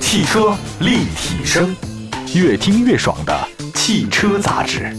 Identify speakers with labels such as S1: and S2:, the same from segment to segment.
S1: 汽车立体声，越听越爽的汽车杂志。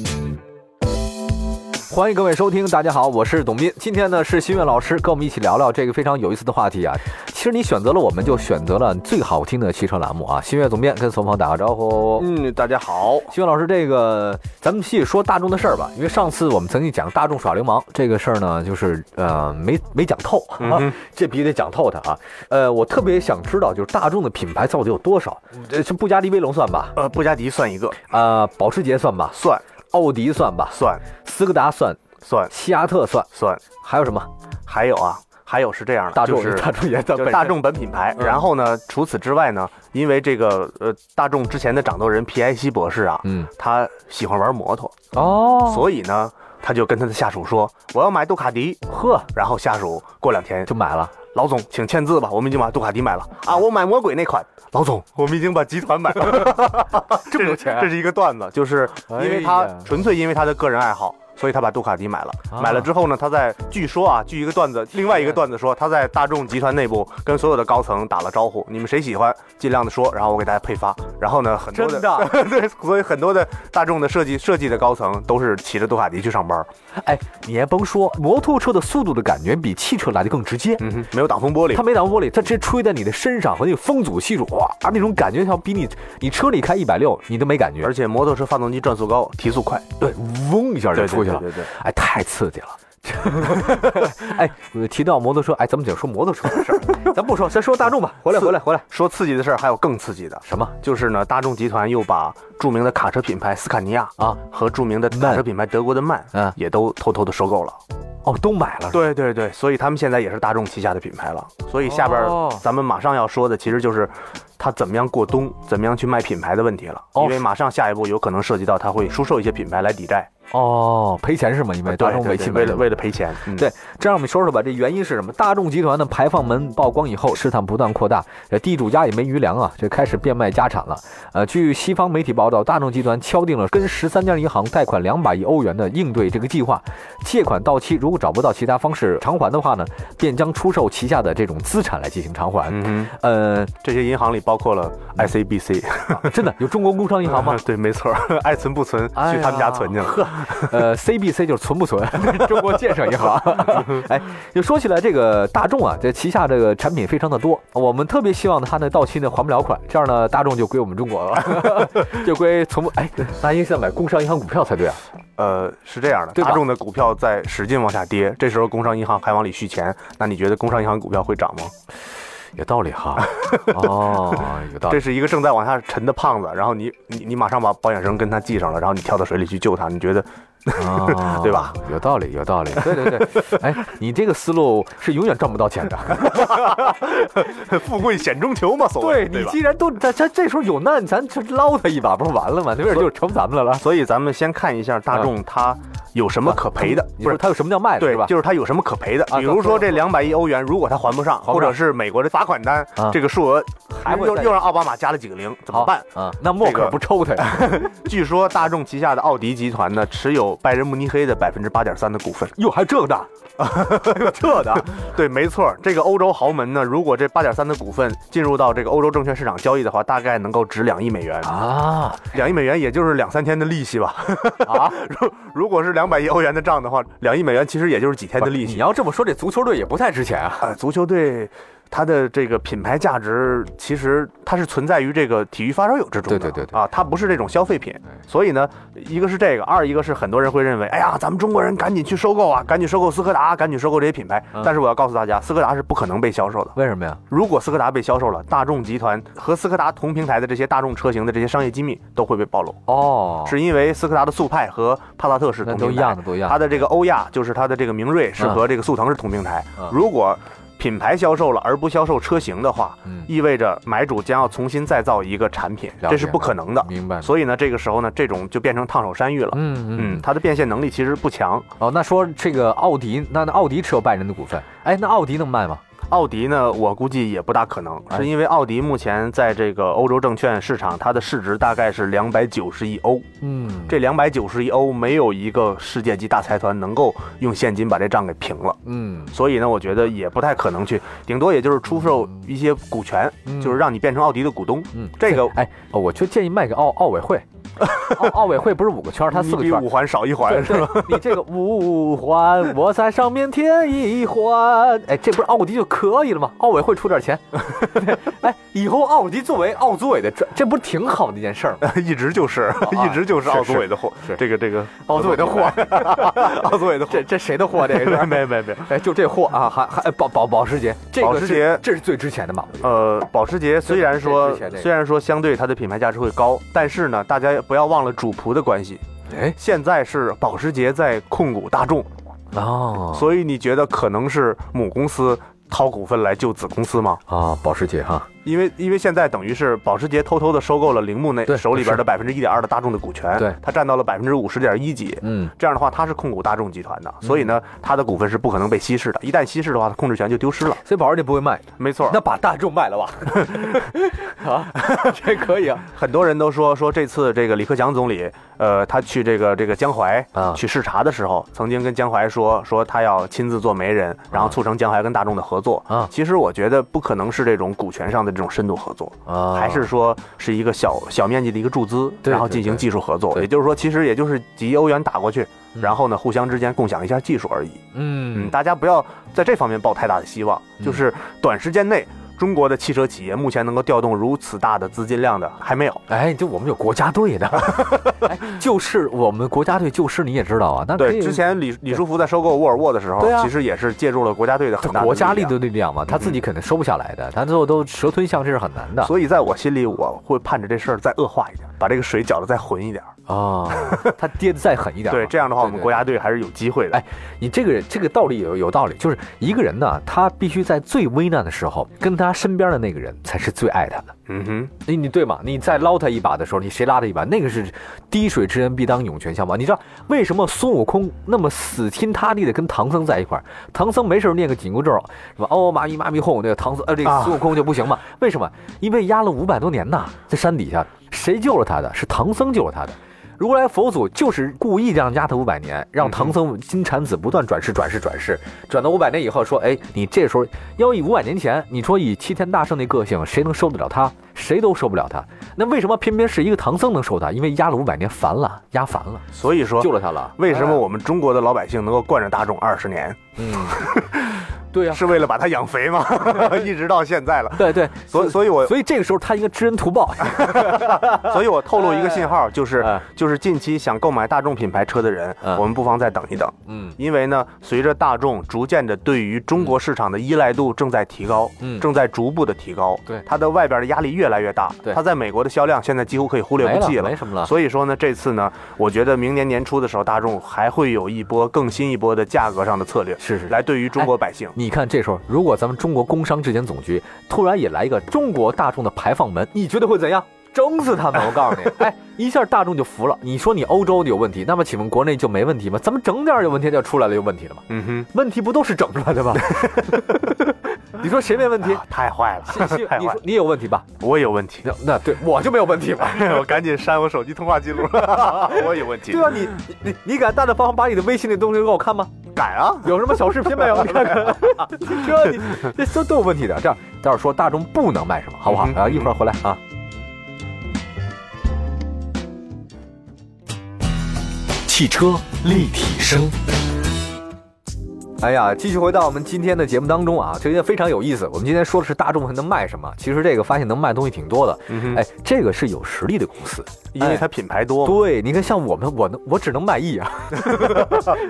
S2: 欢迎各位收听，大家好，我是董斌。今天呢是新月老师跟我们一起聊聊这个非常有意思的话题啊。其实你选择了我们，就选择了最好听的汽车栏目啊。新月总编跟所有朋友打个招呼。
S3: 嗯，大家好。
S2: 新月老师，这个咱们继续说大众的事儿吧，因为上次我们曾经讲大众耍流氓这个事儿呢，就是呃没没讲透啊，这必须得讲透它啊。呃，我特别想知道，就是大众的品牌到底有多少？这是布加迪威龙算吧？
S3: 呃，布加迪算一个，
S2: 啊，保时捷算吧？
S3: 算
S2: 奥迪算吧？
S3: 算
S2: 斯柯达算？
S3: 算
S2: 西亚特算？
S3: 算。
S2: 还有什么？
S3: 还有啊，还有是这样的，
S2: 大众、
S3: 就是
S2: 大众也在
S3: 就是大众本品牌。
S2: 嗯
S3: 然后呢，除此之外呢，因为这个呃，大众之前的掌舵人皮埃西博士啊，
S2: 嗯
S3: 他喜欢玩摩托，
S2: 哦，
S3: 所以呢，他就跟他的下属说，我要买杜卡迪。
S2: 呵
S3: 然后下属过两天
S2: 就买了，
S3: 老总，请签字吧，我们已经把杜卡迪买了啊，我买魔鬼那款。老总，我们已经把集团买了，这么
S2: 多钱
S3: 这是一个段子，就是因为
S2: 哎
S3: 他
S2: 呀
S3: 纯粹因为他的个人爱好。所以他把杜卡迪买了，
S2: 啊
S3: 买了之后呢，他在据说啊，据一个段子，另外一个段子说他在大众集团内部跟所有的高层打了招呼，你们谁喜欢尽量的说，然后我给大家配发。然后呢，很多的
S2: 的。
S3: 对，所以很多的大众的设计设计的高层都是骑着杜卡迪去上班，
S2: 哎，你还甭说，摩托车的速度的感觉比汽车来的更直接。
S3: 嗯哼，没有挡风玻璃
S2: 它，没挡风玻璃，它直接吹在你的身上和那个风阻系数，哇，那种感觉要比你你车里开一百六你都没感觉，
S3: 而且摩托车发动机转速高，提速快，
S2: 对，嗡一下就
S3: 对对
S2: 出去了
S3: 对对对，
S2: 哎，太刺激了。 哎，我提到摩托车，哎，咱们就说摩托车的事 儿，咱不说，咱说大众吧。回来，回来，回来，
S3: 说刺激的事儿，还有更刺激的，
S2: 什么
S3: 就是呢，大众集团又把著名的卡车品牌斯堪尼亚
S2: 啊？
S3: 和著名的卡车品牌德国的曼，
S2: 嗯
S3: 也都偷偷的收购了。
S2: 哦，都买了，，
S3: 啊对对对，所以他们现在也是大众旗下的品牌了。所以下边儿
S2: 哦
S3: 咱们马上要说的，其实就是它怎么样过冬，怎么样去卖品牌的问题了。
S2: 哦
S3: 因为马上下一步有可能涉及到它会出售一些品牌来抵债，
S2: 哦，赔钱是吗？因为大众
S3: 对对
S2: 尾
S3: 对
S2: 气没
S3: 为了
S2: 了
S3: 为了赔钱，嗯
S2: 对，这让我们说说吧，这原因是什么？大众集团的排放门曝光以后，市场不断扩大，这地主家也没余粮啊，这开始变卖家产了。呃，据西方媒体报道，大众集团敲定了跟十三家银行贷款两百亿欧元的应对这个计划，借款到期如果找不到其他方式偿还的话呢，便将出售旗下的这种资产来进行偿还。
S3: 嗯哼，
S2: 呃，
S3: 这些银行里包括了 ICBC，
S2: 真的有中国工商银行吗？
S3: 对，没错儿，爱存不存，
S2: 哎
S3: 去他们家
S2: 呀
S3: 存去了。
S2: 呃，CBC 就是存不存， 中国建设银 行。哎，就说起来这个大众啊，这旗下这个产品非常的多，我们特别希望呢它呢到期呢还不了款，这样呢大众就归我们中国了， 就归从哎，那应该是买工商银行股票才对啊。
S3: 呃，是这样的，
S2: 对吧
S3: 大众的股票在使劲往下跌，这时候工商银行还往里续钱，那你觉得工商银行股票会涨吗？
S2: 有道理 哈，哦，有道
S3: 这。是一个正在往下沉的胖子，然后你你你马上把保险绳跟他系上了，然后你跳到水里去救他，你觉得
S2: 啊
S3: 对吧？
S2: 有道理，有道理。对对对，哎，你这个思路是永远赚不到钱 的。
S3: 富贵险中求嘛？所谓
S2: 你
S3: 吧
S2: 既？然都咱咱这时候有难，咱就捞他一把，不是完了吗？那边就成咱们的了。
S3: 所以咱们先看一下大众它有什么可赔的，
S2: 啊你
S3: 不
S2: 说
S3: 是。
S2: 他有什么叫卖的，
S3: 对
S2: 是吧？，
S3: 就是它有什么可赔的，
S2: 啊
S3: 比如
S2: 说
S3: 说这两百亿欧元，如果它还不上，
S2: 不上
S3: 或者是美国的罚款单
S2: 啊，
S3: 这个数额
S2: 还会
S3: 又
S2: 再
S3: 又让奥巴马加了几个零，怎么办？
S2: 啊？那默克尔不抽他呀？
S3: 据说大众旗下的奥迪集团呢，持有拜仁慕尼黑的百分之八点三的股份。
S2: 哟，还这个呢？
S3: 这的，对，没错儿。这个欧洲豪门呢，如果这八点三的股份进入到这个欧洲证券市场交易的话，大概能够值两亿美元。
S2: 啊
S3: 两亿美元也就是两三天的利息吧。
S2: 啊！
S3: 如如果是两百亿欧元的账的话，两亿美元其实也就是几天的利
S2: 你
S3: 息。
S2: 要这么说，这足球队也不太值钱啊。
S3: 呃，足球队它的这个品牌价值，其实它是存在于这个体育发烧友之中的。
S2: 对对对对
S3: 啊，它不是这种消费品。所以呢，一个是这个，二一个是很多人会认为，哎呀，咱们中国人赶紧去收购啊，赶紧收购斯柯达，赶紧收购这些品牌。
S2: 嗯
S3: 但是我要告诉大家，斯柯达是不可能被销售的。
S2: 为什么呀？
S3: 如果斯柯达被销售了，大众集团和斯柯达同平台的这些大众车型的这些商业机密都会被暴露，
S2: 哦，
S3: 是因为斯柯达的速派和帕萨特是
S2: 那
S3: 同
S2: 都一
S3: 平
S2: 样
S3: 台，
S2: 的，都一样
S3: 它
S2: 的。
S3: 的这个欧亚就是它的这个明锐是和这个速腾是同平台
S2: 嗯。
S3: 如果品牌销售了而不销售车型的话，
S2: 嗯，
S3: 意味着买主将要重新再造一个产品，
S2: 了解
S3: 这是不可能的。
S2: 明白。
S3: 所以呢，这个时候呢，这种就变成烫手山芋了。
S2: 嗯
S3: 嗯，
S2: 嗯，
S3: 它的变现能力其实不强。
S2: 哦，那说这个奥迪，那那奥迪持有拜仁的股份，哎，那奥迪能卖吗？
S3: 奥迪呢，我估计也不大可能，
S2: 哎
S3: 是因为奥迪目前在这个欧洲证券市场，它的市值大概是两百九十亿欧。
S2: 嗯，
S3: 这两百九十亿欧没有一个世界级大财团能够用现金把这账给平了，
S2: 嗯，
S3: 所以呢，我觉得也不太可能去，顶多也就是出售一些股权，
S2: 嗯
S3: 就是让你变成奥迪的股东。
S2: 嗯，
S3: 这个
S2: 哎，哦我就建议卖给奥奥委会，奥 奥委会不是五个圈儿，它
S3: 你
S2: 四个
S3: 比
S2: 圈儿
S3: 五。环少一环
S2: 对
S3: 是吧？
S2: 对，你这个五环， 我在上面添一环，哎，这不是奥迪就可以了吗？奥委会出点钱， 哎，以后奥迪作为奥组委的这这不是挺好的一件事儿吗？
S3: 一直就是，
S2: 啊
S3: 一直就是
S2: 是
S3: 奥组委的货
S2: 是，
S3: 这个这个
S2: 奥组委的货，
S3: 奥组委的货
S2: 这，这谁的货？这个是，
S3: 没没没。
S2: 哎，就这货啊，还还哎保保保时捷，这个
S3: 保时
S2: 是
S3: 捷
S2: 这是最值钱的嘛？我觉得
S3: 呃，保时捷虽然
S2: 这
S3: 说
S2: 之前这个
S3: 虽然说相对它的品牌价值会高，但是呢，大家也不要忘了主仆的关系。
S2: 哎，
S3: 现在是保时捷在控股大众，
S2: 哦
S3: 所以你觉得可能是母公司掏股份来救子公司吗？
S2: 啊，保时捷哈，
S3: 因为因为现在等于是保时捷偷偷的收购了铃木那
S2: 对
S3: 手里边的百分之一点二的大众的股权，
S2: 对
S3: 它占到了百分之五十点一几。
S2: 嗯，
S3: 这样的话，它是控股大众集团的，所以呢，它的股份是不可能被稀释的。一旦稀释的话，它控制权就丢失了。
S2: 所以保时捷不会卖，
S3: 没错，
S2: 那把大众卖 了吧？啊，这可以啊，
S3: 很多人都说说这次这个李克强总理，呃，他去这个这个江淮
S2: 啊
S3: 去视察的时候，曾经跟江淮说说他要亲自做媒人，然后促成江淮跟大众的合作
S2: 啊
S3: 其实我觉得不可能是这种股权上的这种深度合作。
S2: 啊
S3: 还是说是一个小小面积的一个注资，
S2: 对
S3: 然后
S2: 对
S3: 进行
S2: 对
S3: 技术合作，
S2: 对
S3: 也就是说，其实也就是几欧元打过去，
S2: 嗯
S3: 然后呢，互相之间共享一下技术而已。嗯，
S2: 嗯，
S3: 大家不要在这方面抱太大的希望，
S2: 嗯
S3: 就是短时间内，中国的汽车企业目前能够调动如此大的资金量的还没有。
S2: 哎，就我们有国家队 的，哎，就是我们国家队就是你也知道啊，那可
S3: 对，
S2: 以
S3: 之前李李书福在收购沃尔沃的时候
S2: 对，啊
S3: 其实也是借助了国家队的很大的
S2: 国家力
S3: 量。嗯
S2: 的力量嘛，他自己肯定收不下来的，他最后都蛇吞象这是很难的
S3: 所以在我心里，我会盼着这事儿再恶化一点，把这个水搅得再浑一点。
S2: 啊，他跌的再狠一点嘛。
S3: 对，这样的话，我们
S2: 对
S3: 国家队还是有机会的
S2: 哎。你这个这个道理有有道理，就是一个人呢，他必须在最危难的时候，跟他身边的那个人才是最爱他的。
S3: 嗯哼，
S2: 你你对嘛？你再捞他一把的时候，你谁拉他一把？那个是滴水之恩必当涌泉相报。你知道为什么孙悟空那么死心塌地的跟唐僧在一块儿？唐僧没事儿念个紧箍咒，什么哦妈咪妈咪哄，那个唐僧呃这个
S3: 啊
S2: 孙悟空就不行嘛？为什么？因为压了五百多年呐，在山底下，谁救了他的？是唐僧救了他的。如来佛祖就是故意让压他五百年，让唐僧金蝉子不断转世转世转世，转到五百年以后说，哎，你这时候要以五百年前，你说以齐天大圣那个性，谁能受得了他？谁都受不了他。那为什么偏偏是一个唐僧能受他？因为压了五百年烦了，压烦了，
S3: 所以说
S2: 救，了他了。
S3: 为什么我们中国的老百姓能够惯着大众二十年，
S2: 嗯，对呀、
S3: 是为了把它养肥吗？ 一直到现在了。
S2: 对对，
S3: 所以，所以我，
S2: 所以这个时候他应该知恩图报。
S3: 所以我透露一个信号，就是
S2: 哎
S3: 就是近期想购买大众品牌车的人，
S2: 嗯
S3: 我们不妨再等一等，
S2: 嗯
S3: 因为呢，随着大众逐渐的对于中国市场的依赖度正在提高，
S2: 嗯
S3: 正在逐步的提高，
S2: 对
S3: 它的外边的压力越来越大
S2: 对，
S3: 它在美国的销量现在几乎可以忽略
S2: 没
S3: 不
S2: 了
S3: 计
S2: 没什么了
S3: 所以说呢，这次呢，我觉得明年年初的时候，大众还会有一波更新一波的价格上的策略，
S2: 是是是
S3: 来对于中国百姓。
S2: 你看这时候，如果咱们中国工商质检总局突然也来一个中国大众的排放门，你觉得会怎样？整死他们！我告诉你，哎，一下大众就服了。你说你欧洲有问题，那么请问国内就没问题吗？咱们整点儿有问题就出来了，有问题了吗？
S3: 嗯哼。
S2: 问题不都是整出来的吗？你说谁没问题
S3: 啊？太坏了，
S2: 信息
S3: 太
S2: 你
S3: 坏
S2: 说
S3: 了！
S2: 你有问题吧？
S3: 我有问题，
S2: 那那对我就没有问题吧？
S3: 我赶紧删我手机通话记录， 我有问题
S2: 对啊，你你你你敢大大方方把你的微信的东西给我看吗？
S3: 改啊！
S2: 有什么小视频没有？你看看，这你这这都有问题的。这样，待会儿说大众不能卖什么，好不好？
S3: 嗯哼
S2: 啊，一会儿回来啊。
S1: 汽车立体声，
S2: 哎呀，继续回到我们今天的节目当中啊，这个非常有意思。我们今天说的是大众能卖什么，其实这个发现能卖东西挺多的。
S3: 嗯哼哦
S2: 哎，这个是有实力的公司。
S3: 因为它品牌哎多，
S2: 对，你看像我们，我能我只能卖艺 啊，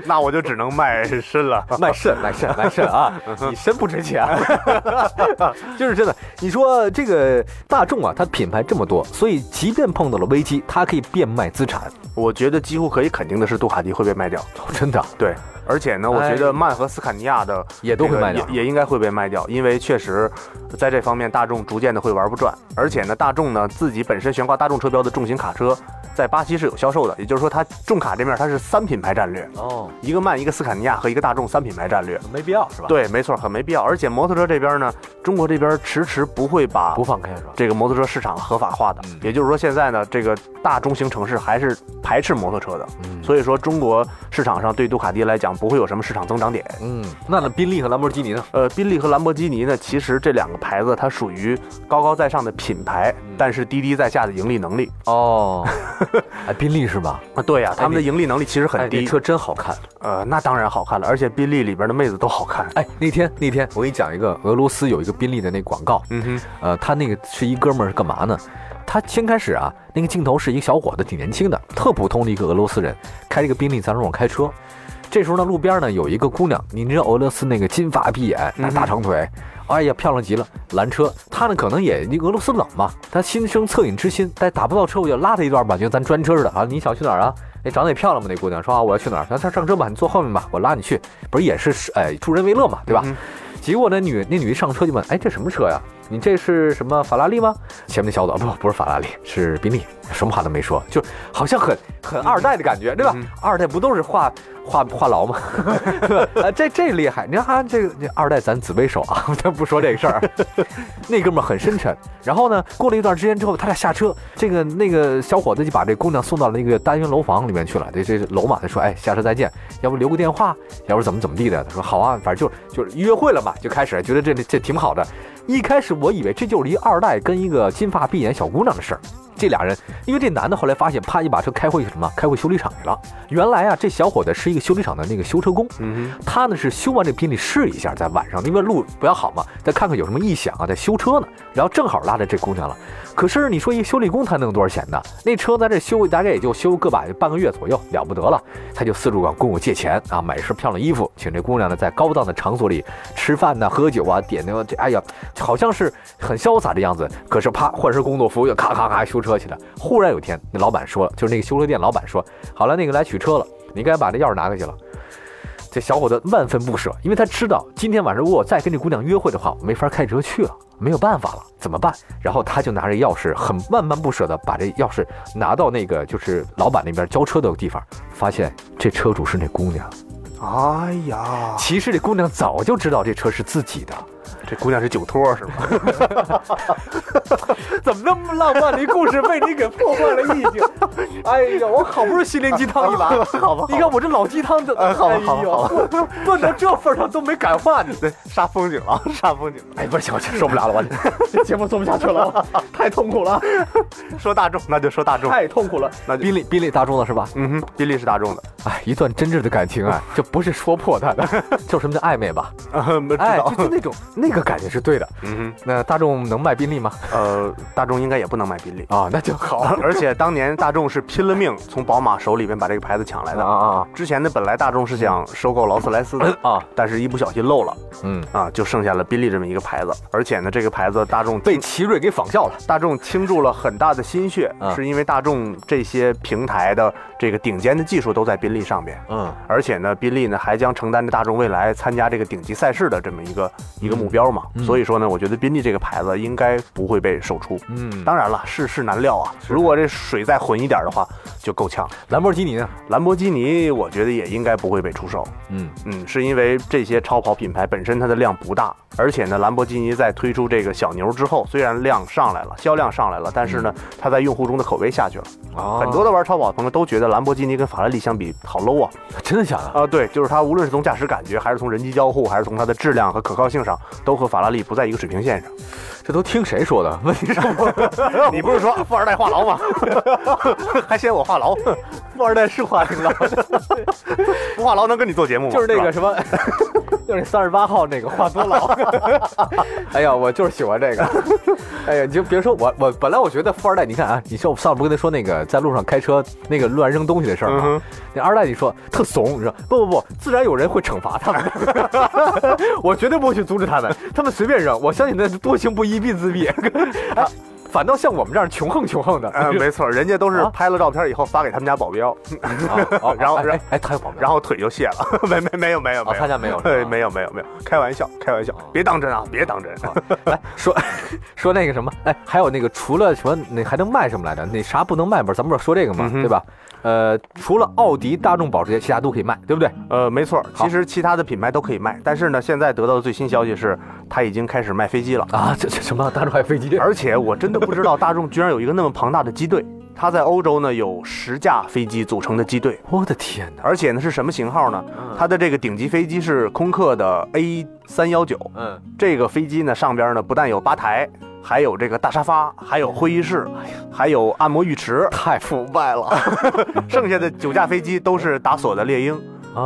S3: 那我就只能卖身了。
S2: 卖肾，卖肾，卖肾啊！
S3: 嗯
S2: 你肾不值钱，啊 就是真的。你说这个大众啊，它品牌这么多，所以即便碰到了危机，它可以变卖资产，
S3: 我觉得几乎可以肯定的是，杜卡迪会被卖掉。
S2: 哦真的
S3: 对，而且呢，我觉得曼和斯坎尼亚的
S2: 哎也都会
S3: 这个
S2: 卖掉
S3: 也也应该会被卖掉，因为确实在这方面大众逐渐的会玩不转。而且呢，大众呢自己本身悬挂大众车标的重型卡车，在巴西是有销售的，也就是说它重卡这面它是三品牌战略，
S2: 哦，
S3: 一个曼、一个斯堪尼亚和一个大众三品牌战略。
S2: 没必要是吧？，
S3: 对，没错，很没必要。而且摩托车这边呢，中国这边迟迟不会把
S2: 不放开是吧？
S3: 这个摩托车市场合法化的，
S2: 嗯
S3: 也就是说现在呢，这个大中型城市还是排斥摩托车的。
S2: 嗯
S3: 所以说，中国市场上对杜卡迪来讲不会有什么市场增长点。
S2: 嗯，那那宾利和兰博基尼呢？
S3: 呃，宾利和兰博基尼呢，其实这两个牌子它属于高高在上的品牌
S2: 嗯，
S3: 但是低低在下的盈利能力
S2: 哦， 哎，宾利是吧？
S3: 啊，对呀、他们的
S2: 你
S3: 盈利能力其实
S2: 哎，
S3: 很
S2: 这
S3: 低。
S2: 车真好看。
S3: 呃，那当然好看了，而且宾利里边的妹子都好看。
S2: 哎，那天那天我给你讲一个俄罗斯有一个宾利的那广告，
S3: 嗯哼，
S2: 呃，他那个是一哥们儿是干嘛呢？他先开始啊，那个镜头是一个小伙子，挺年轻的，特普通的一个俄罗斯人，开着一个宾利咱往开车。这时候呢，路边呢有一个姑娘，你知道俄罗斯那个金发碧眼、大
S3: 嗯哼
S2: 大长腿，哎呀，漂亮极了，拦车。她呢可能也那个俄罗斯冷嘛，她心生恻隐之心，但打不到车我就拉她一段吧，就跟咱专车似的啊。你想去哪儿啊？哎，长得也漂亮嘛，那姑娘说啊，我要去哪儿？那上上车吧，你坐后面吧，我拉你去。不是也是哎助人为乐嘛，对吧？
S3: 嗯
S2: 结果那女那女一上车就问：“哎，这什么车呀？你这是什么法拉利吗？”前面那小伙子不不是法拉利，是宾利，什么话都没说，就好像很很二代的感觉，对吧？
S3: 嗯
S2: 二代不都是话话话痨吗？ 对吧呃，这这厉害！你看啊这个这二代咱紫薇手啊，咱不说这个事儿。那哥们儿很深沉。然后呢，过了一段时间之后，他俩下车，这个那个小伙子就把这姑娘送到了那个单元楼房里面去了。这这楼嘛，他说：“哎，下车再见，要不留个电话，要不怎么怎么地的。”他说：“好啊，反正就就是约会了嘛，就开始觉得这这挺好的。一开始我以为这就是一二代跟一个金发碧眼小姑娘的事儿。”这俩人，因为这男的后来发现，啪一把车开回去什么？开回修理厂去了。原来啊，这小伙子是一个修理厂的那个修车工，
S3: 嗯哼，
S2: 他呢是修完这宾利试一下，在晚上，因为路不要好嘛，再看看有什么异响啊，在修车呢。然后正好拉着这姑娘了。可是你说一修理工他能有多少钱呢？那车在这修大概也就修个把半个月左右，了不得了。他就四处管跟我借钱啊，买身漂亮衣服，请这姑娘呢在高档的场所里吃饭呐、喝酒啊，点那个这哎呀，好像是很潇洒的样子。可是啪换身工作服，又咔咔咔修车去了。忽然有一天，那老板说，就是那个修车店老板说，好了，那个来取车了，你该把这钥匙拿回去了。这小伙子万分不舍，因为他知道今天晚上如果我再跟这姑娘约会的话，我没法开车去了，没有办法了，怎么办？然后他就拿着钥匙，很万般不舍的把这钥匙拿到那个就是老板那边交车的地方，发现这车主是那姑娘。
S3: 哎呀，
S2: 其实这姑娘早就知道这车是自己的，
S3: 这姑娘是酒托是吧？
S2: 怎么那么浪漫的一故事被你给破坏了意境？ 哎呀，我好不容易心灵鸡汤一把，
S3: 好吧，
S2: 你看我这老鸡汤的，
S3: 呃好吧好吧好
S2: 吧，炖到这份儿上都没敢换你。
S3: 对，煞风景了，煞风景了。
S2: 哎，不是，行，行受不了了，我 这节目做不下去 了，太痛苦了，
S3: 说大众，那就说大众。
S2: 太痛苦了。
S3: 那就
S2: 宾利宾利大众了是吧？
S3: 嗯哼，宾利是大众的，
S2: 哎，一段真挚的感情啊，就不是说破它 的，叫什么叫暧昧吧？
S3: 呃，没知
S2: 哎，
S3: 道。
S2: 就就那种那个感觉是对的。
S3: 嗯
S2: 那大众能卖宾利吗？
S3: 哼，呃，大众应该也不能买宾利。
S2: 啊，那就好。
S3: 而且当年大众是拼了命从宝马手里面把这个牌子抢来
S2: 啊
S3: 的。
S2: 啊
S3: 之前的本来大众是想收购劳斯莱斯的，
S2: 啊啊，
S3: 但是一不小心漏了
S2: 嗯，
S3: 啊，就剩下了宾利这么一个牌子。而且呢，这个牌子大众
S2: 被奇瑞给仿效了。
S3: 大众倾注了很大的心血
S2: 啊，
S3: 是因为大众这些平台的这个顶尖的技术都在宾利上面。
S2: 嗯，
S3: 而且呢，宾利呢还将承担着大众未来参加这个顶级赛事的这么一个一个目标嘛，
S2: 嗯
S3: 所以说呢，我觉得宾利这个牌子应该不会被售出。
S2: 嗯
S3: 当然了，世事难料啊，如果这水再浑一点的话，就够呛。
S2: 兰博基尼呢？
S3: 兰博基尼，我觉得也应该不会被出售。
S2: 嗯
S3: 嗯，是因为这些超跑品牌本身它的量不大，而且呢，兰博基尼在推出这个小牛之后，虽然量上来了，销量上来了，但是呢，它在用户中的口碑下去了。
S2: 啊
S3: 很多的玩超跑的朋友都觉得兰博基尼跟法拉利相比好 low 啊。
S2: 真的假的？
S3: 啊、对，就是它无论是从驾驶感觉，还是从人机交互，还是从它的质量和可靠性上，都和法拉利不在一个水平线上。
S2: 这都听谁说的？问题 是
S3: 你不是说富二代话痨吗？ 还嫌我话痨？富二代是话痨， 不话痨能跟你做节目吗？
S2: 就是那个
S3: 吧
S2: 什么，就是三十八号那个话多 痨。哎呀，我就是喜欢这个。哎呀，你就别说我，我本来我觉得富二代，你看啊，你说我上次不跟他说那个在路上开车那个乱扔东西的事儿吗？
S3: 嗯哼
S2: 那二代你说特怂，你说不不不，自然有人会惩罚他们， 我绝对不会去阻止他们，他们随便扔，我相信那多行不义必自毙。哎反倒像我们这样穷横穷横的，
S3: 嗯，没错，人家都是
S2: 啊
S3: 拍了照片以后发给他们家保镖，
S2: 啊
S3: 然后
S2: 哎
S3: 然
S2: 哎哎，他有保镖，
S3: 然后腿就卸了。 没没没有没有
S2: 啊
S3: 没有，
S2: 他家哦没有是
S3: 对，
S2: 吧
S3: 没有没有没有，开玩笑开玩笑，别当真啊，别当真。
S2: 来哎说 说那个什么，哎，还有那个除了什么，那还能卖什么来着？那啥不能卖不是？咱们不是说这个嘛，
S3: 嗯哼
S2: 对吧？呃，除了奥迪、大众、保时捷，其他都可以卖，对不对？
S3: 呃，没错，
S2: 好
S3: 其实其他的品牌都可以卖，但是呢，现在得到的最新消息是，他已经开始卖飞机 了。
S2: 啊，这这什么大众还有飞机？
S3: 而且我真的不知道大众居然有一个那么庞大的机队，它在欧洲呢有十架飞机组成的机队，
S2: 我的天哪！
S3: 而且呢是什么型号呢？它的这个顶级飞机是空客的 A 三幺九，
S2: 嗯，。
S3: 这个飞机呢上边呢不但有吧台，还有这个大沙发，还有会议室，还有按摩浴池
S2: 太
S3: 哎腐败了， 剩下的九架飞机都是达索的猎鹰，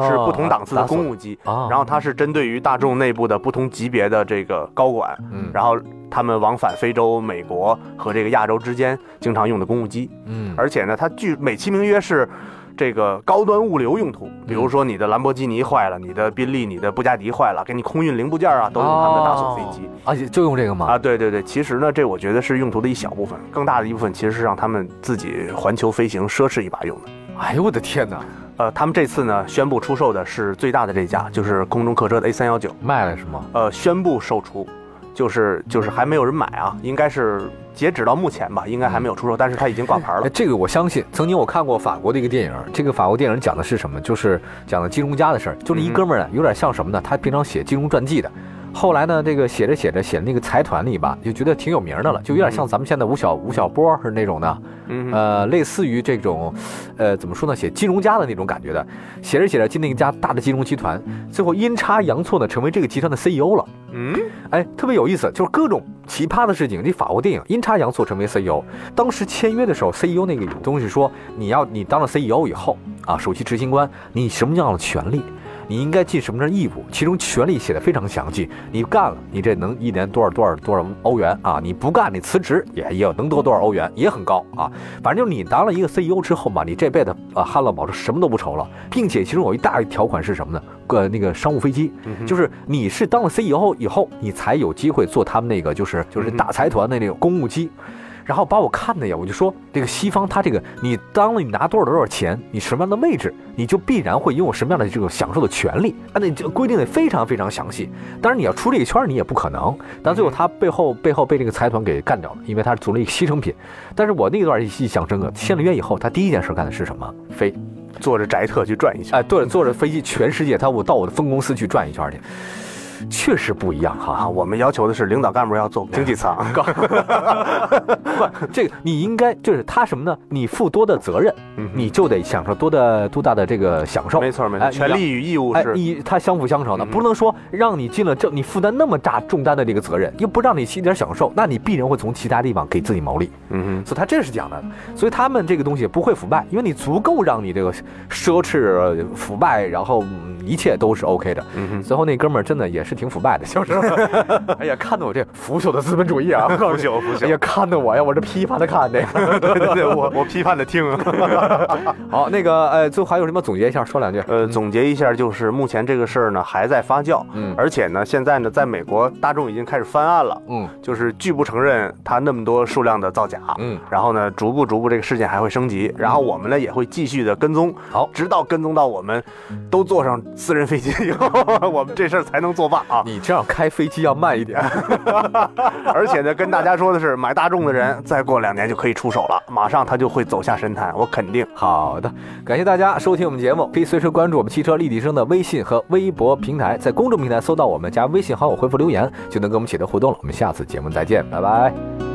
S3: 是不同档次的公
S2: 务
S3: 务机。
S2: 啊，
S3: 然后它是针对于大众内部的不同级别的这个高管，
S2: 嗯
S3: 然后他们往返非洲、美国和这个亚洲之间经常用的公务机，
S2: 嗯
S3: 而且呢，它据美其名曰是这个高端物流用
S2: 嗯
S3: 途，比如说你的兰博基尼坏了，你的宾利、你的布加迪坏了，给你空运零部件啊，都用他
S2: 哦
S3: 们的大索飞机。
S2: 而且就用这个嘛
S3: 啊，对对对，其实呢，这我觉得是用途的一小部分，更大的一部分其实是让他们自己环球飞行奢侈一把用的。
S2: 哎呦我的天哪，
S3: 呃，他们这次呢宣布出售的是最大的这架，就是空中客车的 A 三幺九。
S2: 卖了是吗？
S3: 呃宣布售出，就是就是还没有人买啊，应该是截止到目前吧，应该还没有出售，但是它已经挂牌了
S2: 哎，。这个我相信。曾经我看过法国的一个电影，这个法国电影讲的是什么？就是讲的金融家的事儿。就是一
S3: 嗯
S2: 哥们儿呢，有点像什么呢？他平常写金融传记的，后来呢，这个写着写着写那个财团里吧，就觉得挺有名儿的了，就有点像咱们现在吴晓吴晓波是那种的，
S3: 嗯哼，
S2: 呃，类似于这种，呃，怎么说呢，写金融家的那种感觉的。写着写着进那一家大的金融集团，最后阴差阳错呢，成为这个集团的 CEO 了。
S3: 嗯，
S2: 哎，特别有意思，就是各种奇葩的事情。这法国电影阴差阳错成为 CEO。当时签约的时候，CEO 那个东西说，你要你当了 CEO 以后啊，首席执行官，你什么样的权利，你应该尽什么样的义务，其中权利写的非常详细。你干了，你这能一年多少多少多少欧元啊？你不干，你辞职也也有能得多少欧元，也很高啊。反正就是你当了一个 CEO 之后嘛，你这辈子啊旱涝保收什么都不愁了，并且其中有一大条款是什么呢？呃，那个商务飞机，
S3: 嗯
S2: 就是是你是当了 CEO 以后，你才有机会做他们那个就是就是
S3: 嗯哼
S2: 大财团的那种公务机。然后把我看的呀，我就说这个西方他这个，你当了你拿多少多少钱，你什么样的位置，你就必然会拥有什么样的这种享受的权利。啊按那这个规定的非常非常详细。当然你要出这个圈儿你也不可能，但最后他背后背后被这个财团给干掉了，因为他是做了一个牺牲品。但是我那段印象深刻，签了约以后，他第一件事干的是什么？飞。
S3: 坐着宅特去转一圈。
S2: 哎，对了，坐着飞机全世界，他我到我的分公司去转一圈去，确实不一样
S3: 啊，
S2: 哈。
S3: 我们要求的是领导干部要坐经济舱，
S2: 不，这个你 应该就是他什么呢？你负多的责任，
S3: 嗯哼
S2: 你就得享受多的多大的这个享受。
S3: 没错没
S2: 哎
S3: 错，权利与义务
S2: 哎，
S3: 是。
S2: 你他相辅相成的，
S3: 嗯
S2: 不能说让你尽了这你负担那么大重担的这个责任，又不让你一点享受，那你必然会从其他地方给自己谋利。
S3: 嗯
S2: 所以他这是讲的，所以他们这个东西不会腐败，因为你足够让你这个奢侈腐败，然后嗯一切都是 OK 的。
S3: 哼嗯
S2: 最后那哥们儿真的也是挺腐败的，就是， 哎呀，看得我这腐朽的资本主义啊，
S3: 哼，不朽不
S2: 哎
S3: 朽
S2: 呀，，看得我呀，我这批判的看这个。
S3: 对对对，我我批判啊的听。
S2: 好，那个，呃，最后还有什么总结一下，说两句。
S3: 呃，总结一下，就是目前这个事儿呢还在发酵，
S2: 嗯
S3: 而且呢现在呢在美国大众已经开始翻案了，
S2: 嗯
S3: 就是拒不承认它那么多数量的造假，
S2: 嗯，
S3: 然后呢，逐步逐步这个事件还会升级，然后我们呢也会继续的跟踪，
S2: 好
S3: 直到跟踪到我们都坐上私人飞机以后， 我们这事儿才能作罢啊！
S2: 你这样开飞机要慢一点。
S3: 而且呢，跟大家说的是，买大众的人再过两年就可以出手了，马上他就会走下神坛，我肯定。
S2: 好的，感谢大家收听我们节目，可以随时关注我们汽车立体声的微信和微博平台，在公众平台搜到我们，加微信好友回复留言就能跟我们取得互动了。我们下次节目再见，拜拜。